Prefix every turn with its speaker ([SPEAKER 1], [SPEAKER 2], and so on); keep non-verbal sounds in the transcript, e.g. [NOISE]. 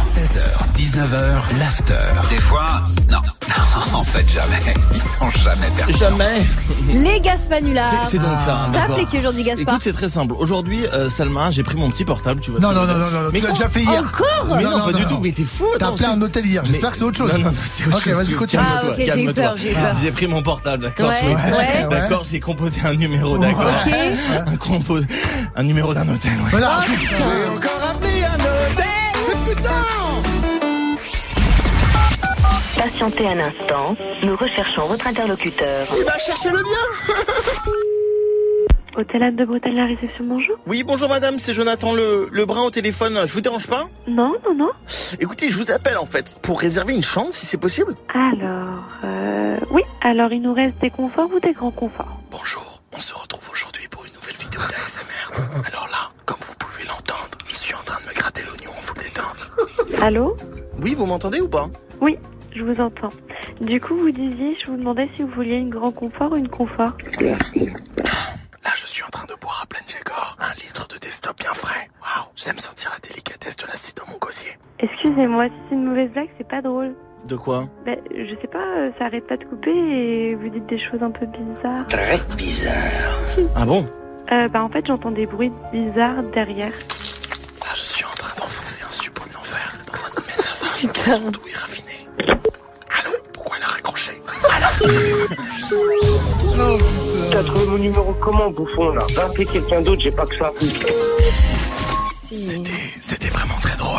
[SPEAKER 1] 16h, 19h, l'after. Des fois, non. [LAUGHS] en fait, jamais. Ils sont jamais perdus.
[SPEAKER 2] Jamais.
[SPEAKER 3] Les Gaspanulas.
[SPEAKER 2] C'est- c'est donc ça, hein,
[SPEAKER 3] T'as
[SPEAKER 2] d'accord.
[SPEAKER 3] appelé qui aujourd'hui, Gaspard
[SPEAKER 2] Écoute, c'est très simple. Aujourd'hui, euh, Salma, j'ai pris mon petit portable, tu vois.
[SPEAKER 4] Non,
[SPEAKER 2] ce que
[SPEAKER 4] non,
[SPEAKER 2] je veux
[SPEAKER 4] non,
[SPEAKER 2] dire.
[SPEAKER 4] non, non,
[SPEAKER 2] Mais
[SPEAKER 4] tu l'as
[SPEAKER 2] non,
[SPEAKER 4] déjà fait hier.
[SPEAKER 3] Encore
[SPEAKER 2] Mais non,
[SPEAKER 4] Non, non,
[SPEAKER 2] pas
[SPEAKER 4] non,
[SPEAKER 2] du
[SPEAKER 4] non.
[SPEAKER 2] tout. Mais t'es fou.
[SPEAKER 4] T'as
[SPEAKER 2] attends,
[SPEAKER 4] appelé
[SPEAKER 2] c'est-
[SPEAKER 4] un hôtel hier, j'espère
[SPEAKER 2] Mais-
[SPEAKER 4] que c'est autre chose.
[SPEAKER 2] Non, non, non, c'est autre
[SPEAKER 4] Ok,
[SPEAKER 2] chose.
[SPEAKER 4] vas-y, continue.
[SPEAKER 3] Ah, ok, j'ai eu
[SPEAKER 2] calme-toi.
[SPEAKER 3] peur, j'ai eu peur.
[SPEAKER 2] J'ai pris mon portable, d'accord.
[SPEAKER 3] Ouais,
[SPEAKER 2] sur-
[SPEAKER 3] ouais.
[SPEAKER 2] D'accord, j'ai composé un numéro, d'accord.
[SPEAKER 3] Ok.
[SPEAKER 2] Un, compo- un numéro d'un hôtel, ouais. Ah,
[SPEAKER 4] Voilà.
[SPEAKER 2] J'ai encore appelé un hôtel.
[SPEAKER 5] Patientez un instant, nous recherchons votre interlocuteur.
[SPEAKER 2] Il va chercher le bien.
[SPEAKER 6] Hôtel Anne de Bretagne, la réception, bonjour.
[SPEAKER 2] Oui, bonjour madame, c'est Jonathan le, le Brun au téléphone. Je vous dérange pas
[SPEAKER 6] Non, non, non.
[SPEAKER 2] Écoutez, je vous appelle en fait pour réserver une chambre si c'est possible.
[SPEAKER 6] Alors, euh, oui, alors il nous reste des conforts ou des grands conforts
[SPEAKER 2] Bonjour, on se retrouve aujourd'hui pour une nouvelle vidéo d'ASMR. Alors là, comme vous pouvez l'entendre, je suis en train de me gratter l'oignon en full détente.
[SPEAKER 6] Allô
[SPEAKER 2] Oui, vous m'entendez ou pas
[SPEAKER 6] Oui, je vous entends. Du coup, vous disiez, je vous demandais si vous vouliez une grand confort ou une confort.
[SPEAKER 2] Là, je suis en train de boire à pleine gorge un litre de desktop bien frais. Waouh, j'aime sentir la délicatesse de l'acide dans mon gosier.
[SPEAKER 6] Excusez-moi, si c'est une mauvaise blague, c'est pas drôle.
[SPEAKER 2] De quoi
[SPEAKER 6] Ben, je sais pas, euh, ça arrête pas de couper et vous dites des choses un peu bizarres.
[SPEAKER 2] Ah bon
[SPEAKER 6] Euh, bah en fait, j'entends des bruits bizarres derrière.
[SPEAKER 2] Là, je suis en train d'enfoncer un suppôt de l'enfer dans un domaine nazaire qui est doux et raffiné. Allô Pourquoi elle a raccroché
[SPEAKER 7] T'as trouvé mon numéro comment, bouffon, là Va appeler quelqu'un d'autre, j'ai pas que ça.
[SPEAKER 2] C'était- C'était vraiment très drôle.